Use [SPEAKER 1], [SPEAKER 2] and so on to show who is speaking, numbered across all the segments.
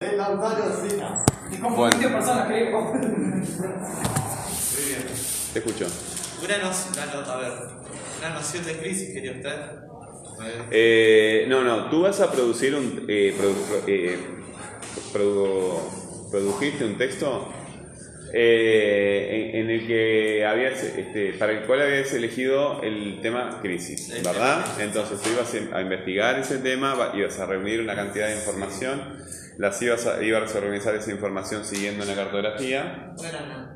[SPEAKER 1] El Lautario Sina.
[SPEAKER 2] Te confundiste persona, creo.
[SPEAKER 3] Muy bien.
[SPEAKER 4] Te escucho.
[SPEAKER 3] Una noción, a ver, una noción de crisis quería usted. A ver.
[SPEAKER 4] Eh, no, no, tú vas a producir un. eh, produ- eh, produ- produjiste un texto eh, en, en el que habías. este, para el cual habías elegido el tema crisis,
[SPEAKER 3] El
[SPEAKER 4] ¿verdad?
[SPEAKER 3] tema
[SPEAKER 4] Entonces tú ibas a investigar ese tema, va- ibas a reunir una cantidad de información, las ibas a, ibas a organizar esa información siguiendo una cartografía.
[SPEAKER 3] Bueno, no.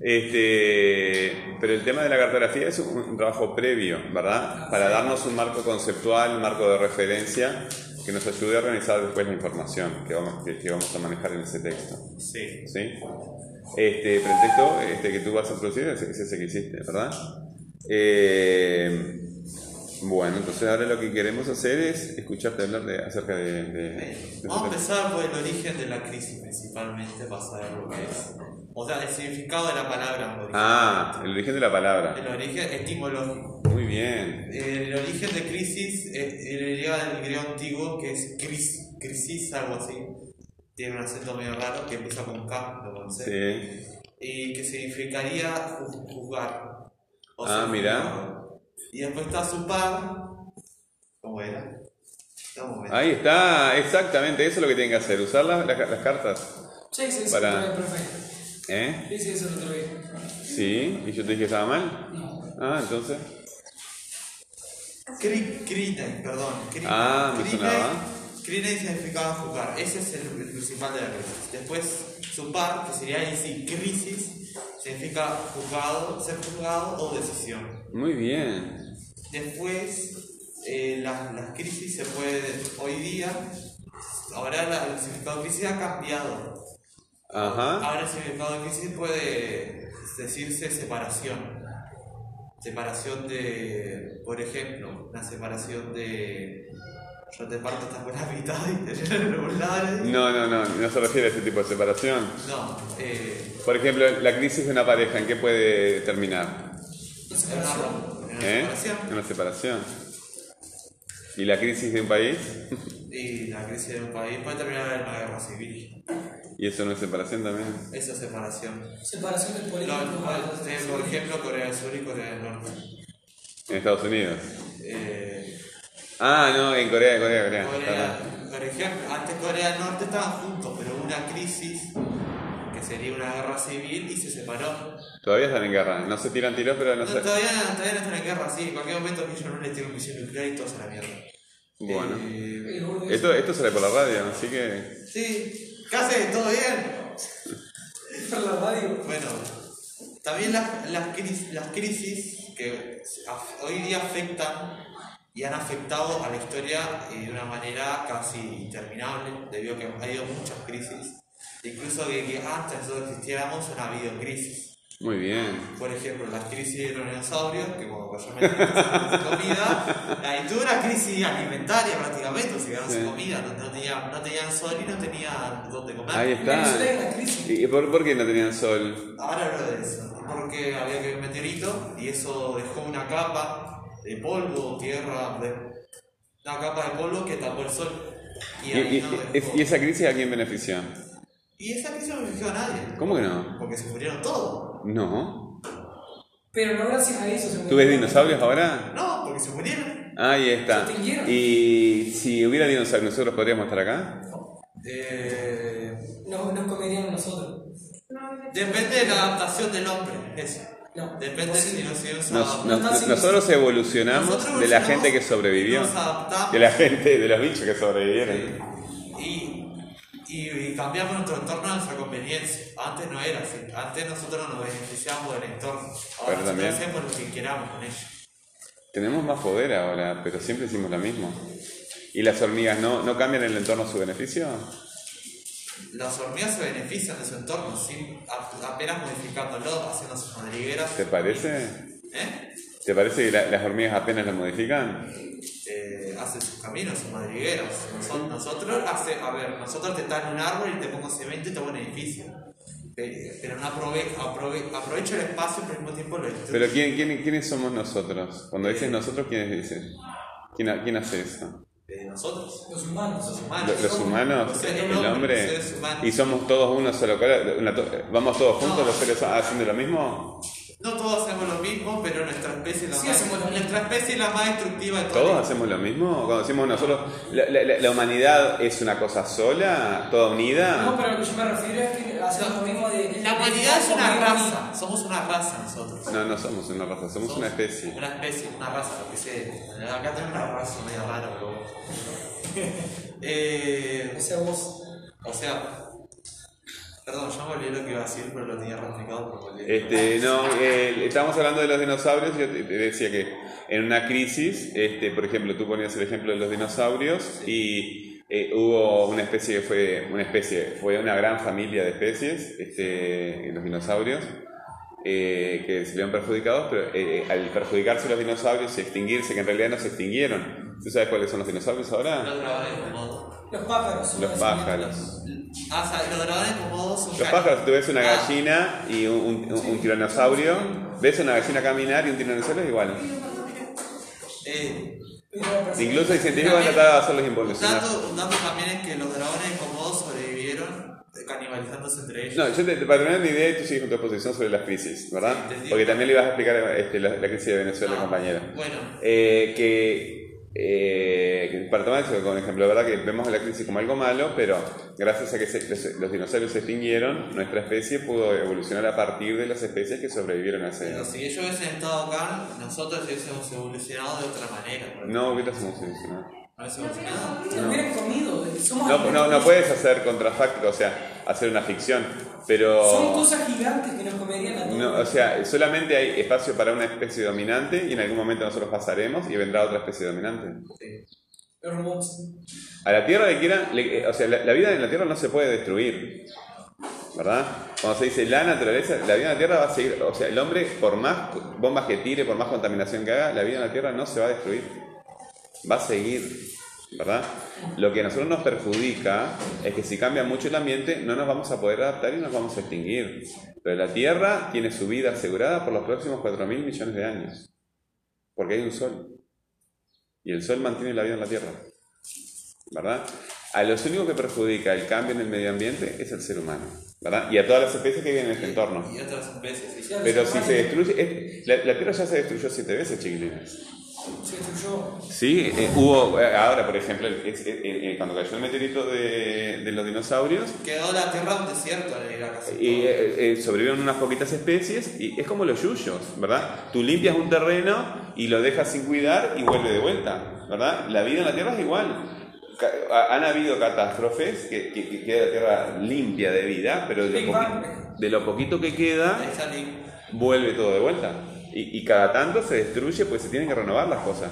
[SPEAKER 4] Este, pero el tema de la cartografía es un, un trabajo previo, ¿verdad? Para darnos un marco conceptual, un marco de referencia que nos ayude a organizar después la información que vamos, que, que vamos a manejar en ese texto.
[SPEAKER 3] Sí.
[SPEAKER 4] ¿sí? Este, pero el texto este, que tú vas a producir es, es ese que hiciste, ¿verdad? Eh, bueno, entonces ahora lo que queremos hacer es escucharte hablar de, acerca de... de- de ese
[SPEAKER 3] Vamos a
[SPEAKER 4] tema.
[SPEAKER 3] empezar por el origen de la crisis principalmente para saber lo que es. O sea, el significado de la palabra. origen.
[SPEAKER 4] ah, el origen de la palabra.
[SPEAKER 3] El origen etimológico.
[SPEAKER 4] Muy bien.
[SPEAKER 3] El origen de crisis eh, eh, deriva del griego antiguo que es crisis, crisis, algo así. Tiene un acento medio raro que empieza con K, lo conoces.
[SPEAKER 4] Sí.
[SPEAKER 3] y que significaría ju- juzgar. O
[SPEAKER 4] Ah, mirá.
[SPEAKER 3] juzgar. Y después está su par. ¿Cómo era? Espera un momento.
[SPEAKER 4] Ahí está, exactamente, eso es lo que tienen que hacer, usar la- la- las cartas.
[SPEAKER 2] Sí, sí, sí,
[SPEAKER 4] Para-
[SPEAKER 2] otra vez, profe.
[SPEAKER 4] ¿Eh?
[SPEAKER 2] Sí, sí, eso lo vez.
[SPEAKER 4] Sí, y yo te dije que estaba mal.
[SPEAKER 2] No.
[SPEAKER 4] Ah, entonces.
[SPEAKER 3] Cri- Crinei, perdón. Crinei.
[SPEAKER 4] Ah, me
[SPEAKER 3] Crinei-
[SPEAKER 4] sonaba.
[SPEAKER 3] Crinei significaba juzgar. Ese es el, el principal de la crisis. Después, su par, que sería en sí crisis, significa juzgado, ser juzgado o decisión.
[SPEAKER 4] Muy bien.
[SPEAKER 3] Después, eh, las, las crisis se puede, hoy día, ahora la, el significado de crisis ha cambiado.
[SPEAKER 4] Ajá.
[SPEAKER 3] Ahora el significado de crisis puede este, decirse separación. Separación de, por ejemplo, la separación de... Yo te parto hasta por la mitad y te lleno por un lado.
[SPEAKER 4] No, no, no, no se refiere a ese tipo de separación.
[SPEAKER 3] No, eh,
[SPEAKER 4] Por ejemplo, la crisis de una pareja, ¿en qué puede terminar?
[SPEAKER 3] en una rom- en una
[SPEAKER 4] ¿Eh?
[SPEAKER 3] separación.
[SPEAKER 4] Una separación. ¿Y la crisis de un país?
[SPEAKER 3] Y la crisis de un país puede terminar en una guerra civil.
[SPEAKER 4] ¿Y eso no es separación también?
[SPEAKER 3] Esa es separación.
[SPEAKER 2] Separación del político.
[SPEAKER 3] No, no, eh, por ejemplo, Corea del Sur y Corea del Norte.
[SPEAKER 4] En Estados Unidos.
[SPEAKER 3] Eh,
[SPEAKER 4] Ah, no, en Corea, Corea, Corea.
[SPEAKER 3] Corea,
[SPEAKER 4] Perdón.
[SPEAKER 3] por ejemplo, antes Corea del Norte estaban juntos, pero hubo una crisis que sería una guerra civil y se separó.
[SPEAKER 4] Todavía están en guerra. No se tiran tiros, pero no
[SPEAKER 3] No,
[SPEAKER 4] se...
[SPEAKER 3] todavía, todavía no están en guerra, sí. En cualquier momento que yo no le tiro un misión nuclear y todos a la mierda.
[SPEAKER 4] Bueno.
[SPEAKER 3] Eh,
[SPEAKER 4] Esto, esto sale por la radio, así que.
[SPEAKER 3] sí, ¿qué haces? ¿Todo bien?
[SPEAKER 2] Por la radio.
[SPEAKER 3] Bueno, también las, las, crisis, las crisis que af- hoy día afectan y han afectado a la historia eh, de una manera casi interminable, debido a que ha habido muchas crisis, incluso de que antes nosotros existiéramos una habido crisis.
[SPEAKER 4] Muy bien.
[SPEAKER 3] Por ejemplo, las crisis de los dinosaurios, que cuando me comida, ahí tuvo una crisis alimentaria prácticamente, se quedaron sin
[SPEAKER 4] Sí.
[SPEAKER 3] comida, no, no tenían, no tenían sol y no tenían dónde comer.
[SPEAKER 4] Ahí
[SPEAKER 2] Venezuela en
[SPEAKER 4] está.
[SPEAKER 2] la crisis.
[SPEAKER 4] ¿Y por, por qué no tenían sol?
[SPEAKER 3] Ahora hablo de eso, porque había que ver un meteorito y eso dejó una capa de polvo, tierra, de- una capa de polvo que tapó el sol. Y,
[SPEAKER 4] ¿Y,
[SPEAKER 3] ahí
[SPEAKER 4] y-
[SPEAKER 3] no
[SPEAKER 4] y-
[SPEAKER 3] dejó.
[SPEAKER 4] y esa crisis a quién benefició?
[SPEAKER 3] Y esa crisis no benefició a nadie.
[SPEAKER 4] ¿Cómo que no?
[SPEAKER 3] Porque se murieron todos.
[SPEAKER 4] No.
[SPEAKER 2] Pero no gracias a eso. se
[SPEAKER 4] ¿Tú ves
[SPEAKER 2] murió.
[SPEAKER 4] dinosaurios ahora?
[SPEAKER 3] No, porque se murieron.
[SPEAKER 4] Ahí está.
[SPEAKER 2] Se extinguieron.
[SPEAKER 4] ¿Y si hubiera dinosaurios, nosotros podríamos estar acá?
[SPEAKER 3] Eh,
[SPEAKER 2] Nos, nos comeríamos nosotros.
[SPEAKER 3] depende de la adaptación del hombre, eso.
[SPEAKER 2] No.
[SPEAKER 3] Depende de si nos hemos
[SPEAKER 4] Nos-
[SPEAKER 3] adaptado.
[SPEAKER 4] nos- nosotros evolucionamos
[SPEAKER 3] Nosotros
[SPEAKER 4] de la
[SPEAKER 3] evolucionamos,
[SPEAKER 4] gente que sobrevivió.
[SPEAKER 3] Nos adaptamos.
[SPEAKER 4] De la gente, de los bichos que sobrevivieron.
[SPEAKER 3] Y, y, y cambiamos nuestro entorno a nuestra conveniencia. Antes no era así. Antes nosotros nos beneficiamos del entorno. Ahora
[SPEAKER 4] Pero
[SPEAKER 3] nosotros
[SPEAKER 4] también-
[SPEAKER 3] hacemos lo que queramos con ello.
[SPEAKER 4] Tenemos más poder ahora, pero siempre hicimos lo mismo. ¿Y las hormigas no, no cambian el entorno a su beneficio?
[SPEAKER 3] Las hormigas se benefician de su entorno sin a- apenas modificándolo, haciendo sus madrigueras.
[SPEAKER 4] ¿Te parece?
[SPEAKER 3] ¿Eh?
[SPEAKER 4] ¿Te parece que la- las hormigas apenas las modifican?
[SPEAKER 3] Eh, hacen sus caminos, sus madrigueras. Noso- nosotros, hace, a ver, nosotros te en un árbol y te pongo cemento y te hago un edificio. Pe- Pero no aprove- aprove- aprovecho el espacio, pero al mismo tiempo lo destruyo.
[SPEAKER 4] Pero ¿quién, quién, ¿quiénes somos nosotros? Cuando dices nosotros, ¿quiénes dicen? ¿Quién, ha- quién hace eso?
[SPEAKER 3] de nosotros,
[SPEAKER 2] Los humanos.
[SPEAKER 3] los humanos.
[SPEAKER 4] Los, los humanos,
[SPEAKER 3] Los seres
[SPEAKER 4] el hombre,
[SPEAKER 3] los seres humanos.
[SPEAKER 4] y somos todos uno solo color, una to- vamos todos juntos los seres haciendo lo mismo.
[SPEAKER 3] No todos hacemos lo mismo, pero nuestra especie es la,
[SPEAKER 2] Sí,
[SPEAKER 3] más,
[SPEAKER 2] hacemos lo mismo.
[SPEAKER 3] nuestra especie es la más destructiva de
[SPEAKER 4] ¿Todos
[SPEAKER 3] todas.
[SPEAKER 4] hacemos lo mismo? Cuando decimos nosotros, la, la- la- la humanidad es una cosa sola, toda unida.
[SPEAKER 2] No, pero a lo que yo me refiero es que hacemos lo mismo de.
[SPEAKER 3] La humanidad es una raza, somos una raza nosotros.
[SPEAKER 4] No, no somos una raza, somos una especie.
[SPEAKER 3] Una especie, una raza, lo que sea. Acá tenemos una raza medio rara, pero bueno.
[SPEAKER 2] O
[SPEAKER 3] eh,
[SPEAKER 2] sea, vos.
[SPEAKER 3] o sea, perdón, yo me olvidé lo que iba a decir, pero lo tenía rastreado por
[SPEAKER 4] Este, no, eh, estábamos hablando de los dinosaurios, yo te te decía que en una crisis, este, por ejemplo, tú ponías el ejemplo de los dinosaurios y eh, hubo una especie que fue, una especie, fue una gran familia de especies, este, los dinosaurios, eh, que se vieron perjudicados, pero eh, al perjudicarse los dinosaurios y extinguirse, que en realidad no se extinguieron. ¿Tú sabes cuáles son los dinosaurios ahora?
[SPEAKER 3] Los dragones comodos.
[SPEAKER 2] Los pájaros. son
[SPEAKER 4] Los
[SPEAKER 2] los
[SPEAKER 4] pájaros.
[SPEAKER 3] este Ah, o sea, los dragones comodos son
[SPEAKER 4] Los
[SPEAKER 3] caros.
[SPEAKER 4] pájaros, tú ves una
[SPEAKER 3] Ah,
[SPEAKER 4] gallina y un, un- un- un tiranosaurio, ves una gallina caminar y un tiranosaurio es igual.
[SPEAKER 3] eh,
[SPEAKER 2] siguientes.
[SPEAKER 4] Incluso hay científicos que han tratado de hacerlos
[SPEAKER 3] un,
[SPEAKER 4] involucionar.
[SPEAKER 3] dato, un dato también es que los dragones comodos sobrevivieron canibalizándose entre ellos.
[SPEAKER 4] No, yo te, para terminar mi idea, tú sigues con tu exposición sobre las crisis, ¿verdad?
[SPEAKER 3] Sí, te digo.
[SPEAKER 4] Porque también le ibas a explicar este, la, la crisis de Venezuela,
[SPEAKER 3] Ah,
[SPEAKER 4] compañero.
[SPEAKER 3] Bueno,
[SPEAKER 4] Eh, que, eh, que para tomar eso como ejemplo, la verdad que vemos la crisis como algo malo, pero gracias a que se- los, los dinosaurios se extinguieron, nuestra especie pudo evolucionar a partir de las especies que sobrevivieron a ese...
[SPEAKER 3] pero si ellos hubiesen estado acá, nosotros hubiésemos evolucionado de otra manera. por
[SPEAKER 4] No hubiéramos evolucionado.
[SPEAKER 3] No es emocionado.
[SPEAKER 2] Si hubieran comido. Somos
[SPEAKER 4] No, no, no puedes hacer contrafáctico, o sea, hacer una ficción, pero...
[SPEAKER 2] Son cosas gigantes que nos comerían a todos.
[SPEAKER 4] No, o sea, solamente hay espacio para una especie dominante y en algún momento nosotros pasaremos y vendrá otra especie dominante.
[SPEAKER 2] Los robots.
[SPEAKER 4] A la Tierra le quieran, le- eh, o sea, la, la vida en la Tierra no se puede destruir, ¿verdad? Cuando se dice la naturaleza, la vida en la Tierra va a seguir, o sea, el hombre por más bombas que tire, por más contaminación que haga, la vida en la Tierra no se va a destruir, va a seguir, ¿verdad? Lo que a nosotros nos perjudica es que si cambia mucho el ambiente no nos vamos a poder adaptar y nos vamos a extinguir. Pero la Tierra tiene su vida asegurada por los próximos 4.000 millones de años, porque hay un sol y el sol mantiene la vida en la Tierra. ¿verdad? A los únicos que perjudica el cambio en el medio ambiente es el ser humano, ¿verdad? Y a todas las especies que viven en este entorno.
[SPEAKER 3] Y otras veces, sí.
[SPEAKER 2] Ya,
[SPEAKER 4] Pero
[SPEAKER 2] los
[SPEAKER 4] si
[SPEAKER 2] humanos
[SPEAKER 4] se destruye, es- la, la Tierra ya se destruyó siete veces, chiquilines.
[SPEAKER 2] Se destruyó.
[SPEAKER 4] Sí, eh, hubo, eh, ahora por ejemplo, el- es- eh, eh, cuando cayó el meteorito de, de los dinosaurios,
[SPEAKER 3] Quedó la tierra un desierto, era casi.
[SPEAKER 4] y, eh, eh, sobrevivieron unas poquitas especies y es como los yuyos, ¿verdad? Tú limpias un terreno y lo dejas sin cuidar y vuelve de vuelta, ¿verdad? La vida en la Tierra es igual. Ca- ha- Han habido catástrofes que, que- que queda la Tierra limpia de vida, pero de
[SPEAKER 2] Big
[SPEAKER 4] lo,
[SPEAKER 2] Bang.
[SPEAKER 4] poqui- de lo poquito que
[SPEAKER 3] todo. Ahí
[SPEAKER 4] queda,
[SPEAKER 3] salí.
[SPEAKER 4] vuelve todo de vuelta. Y, y cada tanto se destruye, pues se tienen que renovar las cosas.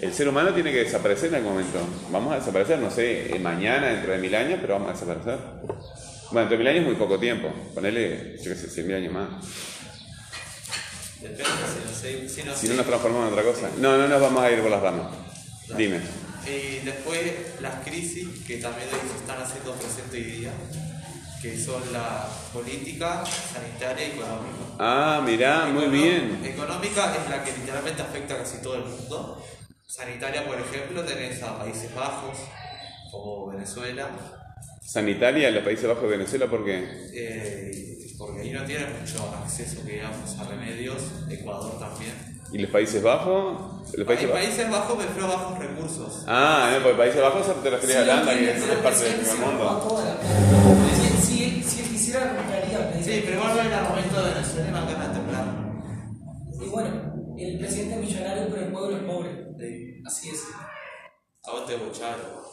[SPEAKER 4] El ser humano tiene que desaparecer en algún momento. Vamos a desaparecer, no sé, eh, mañana, dentro de mil años, pero vamos a desaparecer. Bueno, dentro de mil años es muy poco tiempo. Ponele, yo qué sé, cien mil años más.
[SPEAKER 3] Depende si no sé. Si no
[SPEAKER 4] Si
[SPEAKER 3] sé.
[SPEAKER 4] no nos transformamos en otra cosa. No, no nos vamos a ir por las ramas. Dime.
[SPEAKER 3] Y después las crisis que también hoy se están haciendo presente hoy día, que son la política, sanitaria y económica.
[SPEAKER 4] Ah, mirá, muy
[SPEAKER 3] Econo-
[SPEAKER 4] bien.
[SPEAKER 3] Económica es la que literalmente afecta a casi todo el mundo. Sanitaria, por ejemplo, tenés a Países Bajos, como Venezuela,
[SPEAKER 4] Sanitaria en los Países Bajos de Venezuela, ¿por qué?
[SPEAKER 3] eh, porque ahí no tienen mucho acceso, digamos, a remedios. Ecuador también.
[SPEAKER 4] ¿Y los Países Bajos? Los Países
[SPEAKER 3] En
[SPEAKER 4] Bajos.
[SPEAKER 3] Países Bajos me refiero a bajos recursos.
[SPEAKER 4] Ah, no, porque Países Bajos se te refería a Holanda, que no es parte del primer mundo.
[SPEAKER 2] mundo. Si si él quisiera, lo compraría. pero-
[SPEAKER 3] Sí, pero igual el argumento de Venezuela me van a temblar.
[SPEAKER 2] Y bueno, el presidente es millonario, pero el pueblo es pobre.
[SPEAKER 3] Sí.
[SPEAKER 2] Así es.
[SPEAKER 3] A vos te bocharon.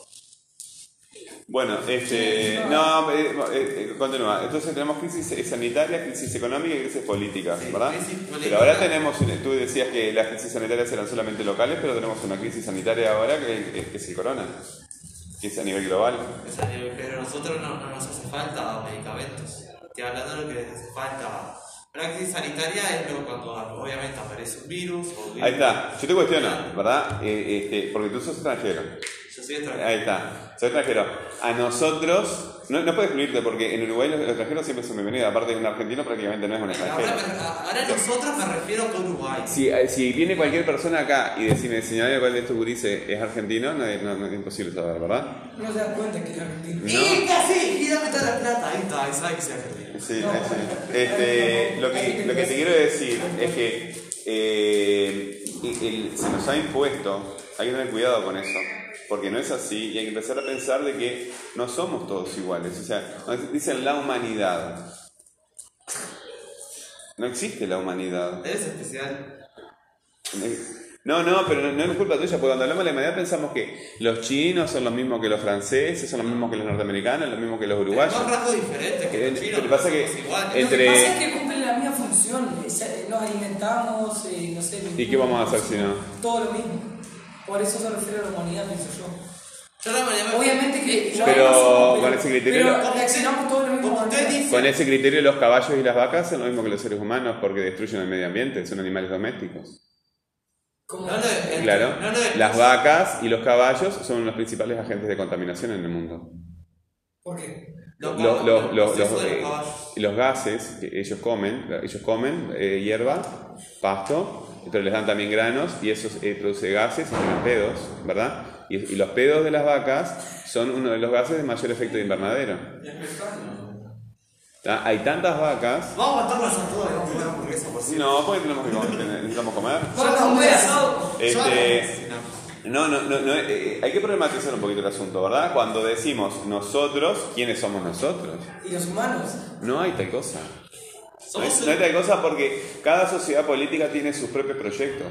[SPEAKER 4] Bueno, este. No, eh, eh, eh, continúa. Entonces tenemos crisis eh, sanitaria, crisis económica y crisis política,
[SPEAKER 3] Sí,
[SPEAKER 4] ¿verdad?
[SPEAKER 3] crisis política.
[SPEAKER 4] Pero ahora tenemos. un- Tú decías que las crisis sanitarias eran solamente locales, pero tenemos una crisis sanitaria ahora que, que- que es el corona, que es a nivel global.
[SPEAKER 3] O sea, digo, pero a nosotros no, no nos hace falta medicamentos. Estoy hablando de lo que les hace falta. Una crisis sanitaria es lo cuando obviamente aparece un virus o virus.
[SPEAKER 4] Ahí está, yo te cuestiono, ¿verdad? Eh, este, porque tú sos extranjero.
[SPEAKER 3] Yo soy extranjero.
[SPEAKER 4] Ahí está, soy extranjero. A nosotros No, no puede excluirte porque en Uruguay los, los extranjeros siempre son bienvenidos. Aparte, un argentino prácticamente no es un
[SPEAKER 3] Ahora,
[SPEAKER 4] extranjero.
[SPEAKER 3] me- ahora nosotros me refiero con Uruguay.
[SPEAKER 4] Si, eh, si viene cualquier persona acá y decime, señalame cuál de estos gurises es argentino, no, es- no- no es imposible saber, ¿verdad?
[SPEAKER 2] No se dan cuenta que es argentino.
[SPEAKER 3] ¡Y casi! ¡Y dame toda la plata! Ahí está, ahí sabe que sea argentino.
[SPEAKER 4] Sí, sí. Este, lo, que, lo que te quiero decir es que eh, el- el- se nos ha impuesto, hay que tener cuidado con eso, porque no es así y hay que empezar a pensar de que no somos todos iguales. O sea, nos dicen la humanidad. No existe la humanidad.
[SPEAKER 3] Eres especial.
[SPEAKER 4] No, no, pero no, no es culpa tuya, porque cuando hablamos de la humanidad pensamos que los chinos son los mismos que los franceses, son los mismos que los norteamericanos, los mismos que los uruguayos.
[SPEAKER 3] Son rasgos diferentes que
[SPEAKER 4] Eh,
[SPEAKER 3] los
[SPEAKER 4] pero
[SPEAKER 3] chinos.
[SPEAKER 4] pasa
[SPEAKER 3] no
[SPEAKER 4] que-
[SPEAKER 3] somos iguales.
[SPEAKER 4] eh,
[SPEAKER 2] Lo
[SPEAKER 4] Entre-
[SPEAKER 2] que pasa es que cumplen la misma función. es- eh, Nos alimentamos, eh, no sé.
[SPEAKER 4] ¿Y qué vamos a hacer si no?
[SPEAKER 2] Todo lo mismo. Por eso se refiere a la humanidad, pienso yo.
[SPEAKER 3] Yo la mañana me-
[SPEAKER 2] Obviamente que. yo-
[SPEAKER 4] Pero
[SPEAKER 2] no sé,
[SPEAKER 4] con ese criterio
[SPEAKER 2] Pero
[SPEAKER 3] lo-
[SPEAKER 2] reaccionamos todos lo mismo.
[SPEAKER 3] Como usted dice-
[SPEAKER 4] Con ese criterio los caballos y las vacas son lo mismo que los seres humanos porque destruyen el medio ambiente, son animales domésticos.
[SPEAKER 2] Como-
[SPEAKER 3] No lo de-
[SPEAKER 4] Claro.
[SPEAKER 3] no lo de-
[SPEAKER 4] Las vacas y los caballos son los principales agentes de contaminación en el mundo.
[SPEAKER 2] ¿Por qué?
[SPEAKER 3] Los
[SPEAKER 4] Lo- lo-
[SPEAKER 3] caballos,
[SPEAKER 4] lo-
[SPEAKER 3] el
[SPEAKER 4] los,
[SPEAKER 3] sexo de
[SPEAKER 4] eh,
[SPEAKER 3] los caballos.
[SPEAKER 4] los gases que ellos comen, ellos comen eh, hierba, pasto, pero les dan también granos y eso eh, produce gases y generan pedos, ¿verdad? Y, y los pedos de las vacas son uno de los gases de mayor efecto de invernadero. Ah, Hay tantas vacas.
[SPEAKER 3] Vamos a matarlas a todas y vamos a comer hamburguesa por si.
[SPEAKER 4] No, porque tenemos que comer, necesitamos comer.
[SPEAKER 2] Yo
[SPEAKER 3] Yo
[SPEAKER 2] comer
[SPEAKER 3] no-
[SPEAKER 2] asado.
[SPEAKER 3] yo no-
[SPEAKER 4] Este-
[SPEAKER 3] no.
[SPEAKER 4] No, no, no, no, eh, hay que problematizar un poquito el asunto, ¿verdad? Cuando decimos nosotros, ¿quiénes somos nosotros?
[SPEAKER 2] Y los humanos.
[SPEAKER 4] No hay tal cosa. No hay,
[SPEAKER 3] Somos
[SPEAKER 4] no hay tal cosa porque cada sociedad política tiene sus propios proyectos,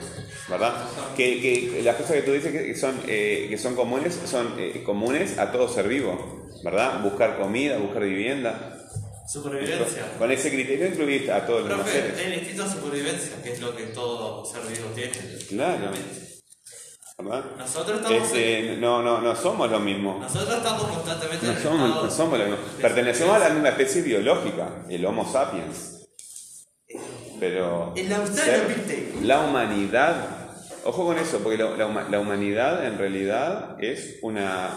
[SPEAKER 4] ¿verdad? Que, que las cosas que tú dices que son, eh, que son comunes son eh, comunes a todo ser vivo, ¿verdad? Buscar comida, buscar vivienda.
[SPEAKER 3] Supervivencia.
[SPEAKER 4] Con ese criterio incluís a todos los demás
[SPEAKER 3] Profe,
[SPEAKER 4] seres.
[SPEAKER 3] el instinto de supervivencia, que es lo que todo ser vivo tiene.
[SPEAKER 4] Claro. ¿Verdad?
[SPEAKER 3] Nosotros estamos
[SPEAKER 4] Este, no, no, no somos lo mismo.
[SPEAKER 3] Nosotros estamos constantemente
[SPEAKER 4] No somos, no
[SPEAKER 3] afectados.
[SPEAKER 4] somos lo mismo. Pertenecemos a la misma especie biológica, el Homo sapiens. Eh, Pero.
[SPEAKER 3] El Australopithecus.
[SPEAKER 4] ser- La humanidad. Ojo con eso, porque la, la huma- la humanidad en realidad es una.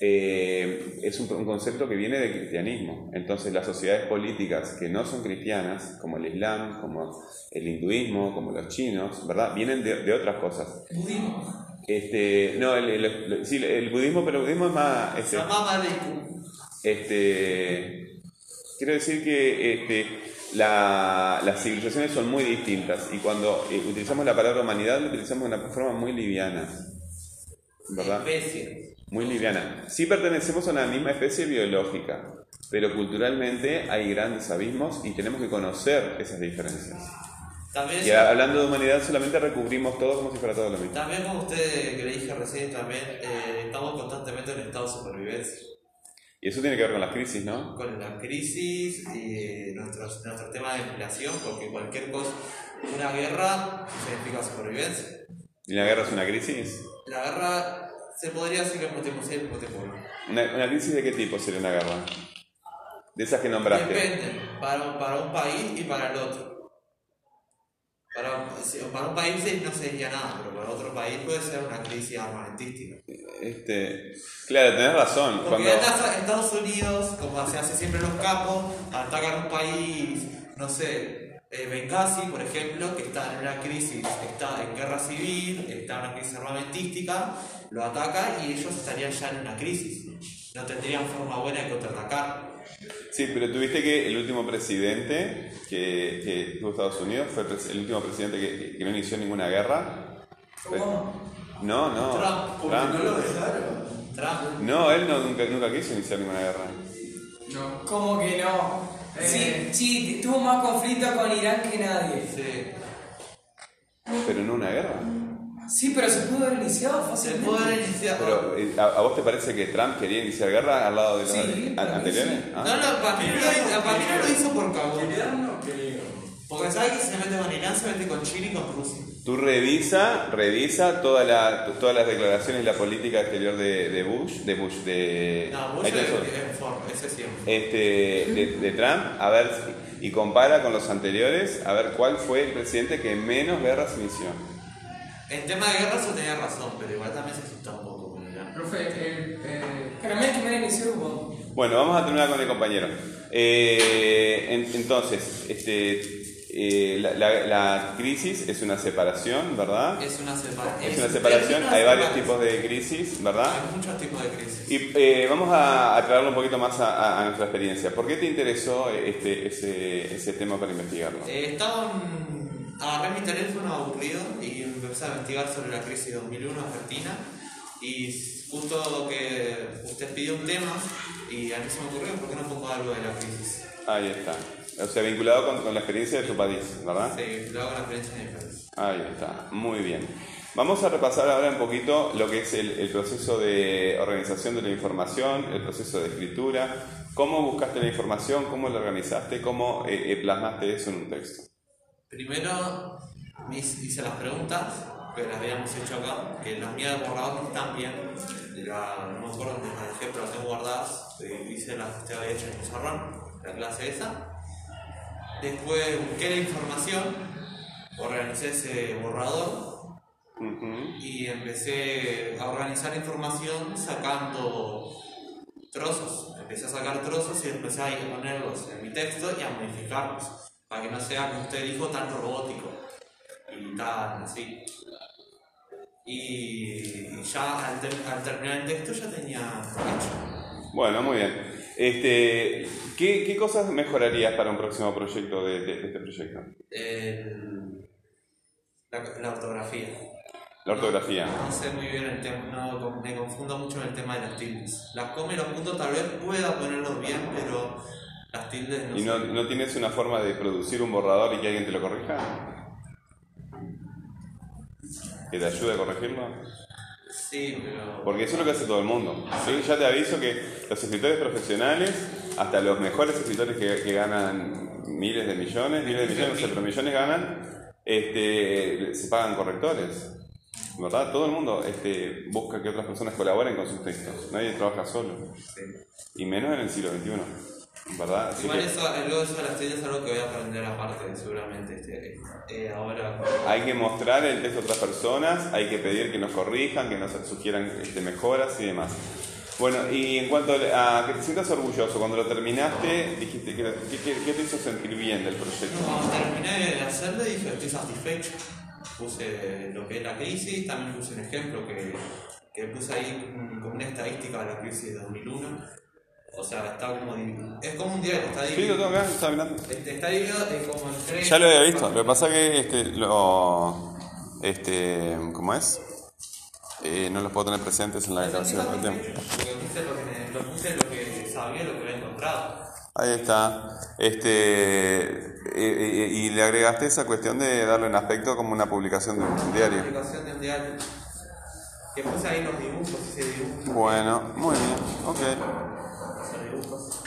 [SPEAKER 4] eh, es un, un concepto que viene del cristianismo. Entonces, las sociedades políticas que no son cristianas, como el Islam, como el hinduismo, como los chinos, ¿verdad? Vienen de- de otras cosas.
[SPEAKER 2] Budismo.
[SPEAKER 4] Este, no, el, el- el- sí, el budismo, pero el budismo es más.
[SPEAKER 3] Se
[SPEAKER 4] Este,
[SPEAKER 3] llama Maliku.
[SPEAKER 4] este, quiero decir que este, la- las civilizaciones son muy distintas y cuando eh, utilizamos la palabra humanidad lo utilizamos de una forma muy liviana. ¿Verdad?
[SPEAKER 3] Especie.
[SPEAKER 4] Muy liviana. Sí pertenecemos a la misma especie biológica, pero culturalmente hay grandes abismos y tenemos que conocer esas diferencias.
[SPEAKER 3] También,
[SPEAKER 4] Y a- hablando de humanidad solamente recubrimos todo como si fuera todo lo mismo.
[SPEAKER 3] también como usted que le dije recién, también eh, estamos constantemente en estado de supervivencia.
[SPEAKER 4] Y eso tiene que ver con las crisis, ¿no?
[SPEAKER 3] Con la crisis, eh, nuestros, nuestro tema de inflación, porque cualquier cosa, una guerra significa supervivencia.
[SPEAKER 4] ¿Y la guerra es una crisis?
[SPEAKER 3] La guerra se podría decir que es multipotencial y multipolar.
[SPEAKER 4] ¿Una, una crisis de qué tipo sería una guerra? De esas que nombraste.
[SPEAKER 3] Depende, para, para un país y para el otro. Para, si- para un país sí, no sería nada, pero para otro país puede ser una crisis armamentística.
[SPEAKER 4] Este, claro, tenés razón.
[SPEAKER 3] Porque
[SPEAKER 4] Cuando,
[SPEAKER 3] en Estados- Estados Unidos, como se hace siempre los capos, atacan un país, no sé, eh, Benghazi, por ejemplo, que está en una crisis, está en guerra civil, está en una crisis armamentística, lo ataca y ellos estarían ya en una crisis. No tendrían forma buena de contraatacar.
[SPEAKER 4] sí, pero tuviste que el último presidente que, que tuvo Estados Unidos fue pres- el último presidente que, que no inició ninguna guerra.
[SPEAKER 2] Obama.
[SPEAKER 4] No, no.
[SPEAKER 3] Trump, porque
[SPEAKER 4] Trump.
[SPEAKER 3] Trump,
[SPEAKER 4] No, él no, nunca, nunca quiso iniciar ninguna guerra.
[SPEAKER 2] ¿Cómo que no? Eh. Sí, sí, tuvo más conflicto con Irán que nadie.
[SPEAKER 3] sí.
[SPEAKER 4] Pero no una guerra.
[SPEAKER 2] Sí, pero se pudo haber iniciado
[SPEAKER 3] Se
[SPEAKER 2] fácilmente.
[SPEAKER 3] puede iniciar.
[SPEAKER 4] Pero, eh, ¿a, a vos te parece que Trump quería iniciar guerra al lado de los
[SPEAKER 2] Sí,
[SPEAKER 4] a-
[SPEAKER 2] para mí
[SPEAKER 4] anteriores?
[SPEAKER 2] sí.
[SPEAKER 4] Ah.
[SPEAKER 3] no, no, para mí, no lo- para mí no lo hizo por cagón.
[SPEAKER 2] no creo.
[SPEAKER 3] Porque sabe que si se mete con Irán, se mete con Chile y con Rusia.
[SPEAKER 4] Tú revisa, revisa toda la- todas las declaraciones y la política exterior de, de Bush, de Bush, de,
[SPEAKER 3] No,
[SPEAKER 4] ahí
[SPEAKER 3] Bush
[SPEAKER 4] tenés
[SPEAKER 3] es
[SPEAKER 4] otro.
[SPEAKER 3] en forma, ese siempre.
[SPEAKER 4] Este, de, de Trump, a ver, si- y compara con los anteriores, a ver cuál fue el presidente que menos guerras inició.
[SPEAKER 3] En tema de guerra, eso tenía razón, pero igual también se asustó un poco con Irán.
[SPEAKER 1] Profe, eh, eh,
[SPEAKER 2] Para mí el que me inició Obama.
[SPEAKER 4] Bueno, vamos a terminar con el compañero. Eh, en- entonces, este, eh, la, la- la crisis es una separación, ¿verdad?
[SPEAKER 3] Es una separación.
[SPEAKER 4] Es una separación, hay varios tipos de crisis, ¿verdad?
[SPEAKER 3] Hay muchos tipos de crisis.
[SPEAKER 4] Y eh, vamos a aclararlo un poquito más a, a- a nuestra experiencia. ¿Por qué te interesó este, ese, ese tema para investigarlo?
[SPEAKER 3] Eh, estaba en- agarré mi teléfono aburrido y empecé a investigar sobre la crisis 2001 argentina y justo que usted pidió un tema y a mí se me ocurrió por qué no pongo algo de la crisis.
[SPEAKER 4] Ahí está. O sea, vinculado con, con la experiencia de tu país, ¿verdad?
[SPEAKER 3] Se lo hago en la experiencia de mi país.
[SPEAKER 4] Ahí está, muy bien. Vamos a repasar ahora un poquito lo que es el, el proceso de organización de la información, el proceso de escritura, cómo buscaste la información, cómo la organizaste, cómo eh, eh, plasmaste eso en un texto.
[SPEAKER 3] Primero me hice hice las preguntas que las habíamos hecho acá, que las mías borradas no están bien. La- no me acuerdo dónde las dejé, pero las tengo guardadas. Eh, Hice las que usted había hecho en el Zorrón, la clase esa. Después busqué la información, organicé ese borrador
[SPEAKER 4] Ujú.
[SPEAKER 3] y empecé a organizar información sacando trozos. Empecé a sacar trozos y empecé a ponerlos en mi texto y a modificarlos para que no sea, como usted dijo, tan robótico y tan así. Y ya al, ter- al terminar el texto ya tenía hecho.
[SPEAKER 4] Bueno, muy bien. Este, ¿qué, qué cosas mejorarías para un próximo proyecto de, de- de este proyecto?
[SPEAKER 3] el- la, la ortografía.
[SPEAKER 4] La ortografía.
[SPEAKER 3] No, sé muy bien el tema, no, con- me confundo mucho en el tema de las tildes. Las comas y los puntos tal vez pueda ponerlos bien, pero las tildes no,
[SPEAKER 4] ¿Y no,
[SPEAKER 3] sé.
[SPEAKER 4] no tienes una forma de producir un borrador y que alguien te lo corrija? ¿Que te ayude a corregirlo?
[SPEAKER 3] Sí, pero.
[SPEAKER 4] Porque eso es lo que hace todo el mundo. ¿sí? Ya te aviso que los escritores profesionales, hasta los mejores escritores que, que ganan miles de millones, miles de millones, no sé, pero millones ganan, este, se pagan correctores. ¿Verdad? Todo el mundo este, busca que otras personas colaboren con sus textos. Nadie trabaja solo.
[SPEAKER 3] sí.
[SPEAKER 4] Y menos en el siglo XXI. ¿Verdad? Así
[SPEAKER 3] Igual
[SPEAKER 4] que-
[SPEAKER 3] eso, el uso de las tildes es algo que voy a aprender aparte, seguramente. este, eh, ahora.
[SPEAKER 4] Hay que mostrar el texto a otras personas, hay que pedir que nos corrijan, que nos sugieran este, mejoras y demás. Bueno, y en cuanto a que te sientas orgulloso, cuando lo terminaste, dijiste, ¿qué, qué, qué te hizo sentir bien del proyecto?
[SPEAKER 3] Cuando terminé de hacerlo dije estoy satisfecho. Puse lo que es la crisis, también puse un ejemplo que, que puse ahí mm, como una estadística de la crisis de 2001. O sea, está como dividido. Es como un diario, está
[SPEAKER 4] Sí,
[SPEAKER 3] dividido.
[SPEAKER 4] lo tengo acá, está mirando.
[SPEAKER 3] Este, está dividido en como en tres.
[SPEAKER 4] Ya lo había visto, lo que pasa que este, lo. Este, ¿Cómo es? Eh, no los puedo tener presentes en la
[SPEAKER 3] Estoy
[SPEAKER 4] grabación del tiempo.
[SPEAKER 3] satisfecho, porque puse lo que me- lo puse lo que sabía, lo que había encontrado.
[SPEAKER 4] Ahí está. Este, eh, eh, y le agregaste esa cuestión de darle un aspecto como una publicación de un diario.
[SPEAKER 3] Publicación de un diario. Que puse ahí los dibujos, hice dibujos,
[SPEAKER 4] Bueno, muy bien, ok.
[SPEAKER 3] hice dibujos.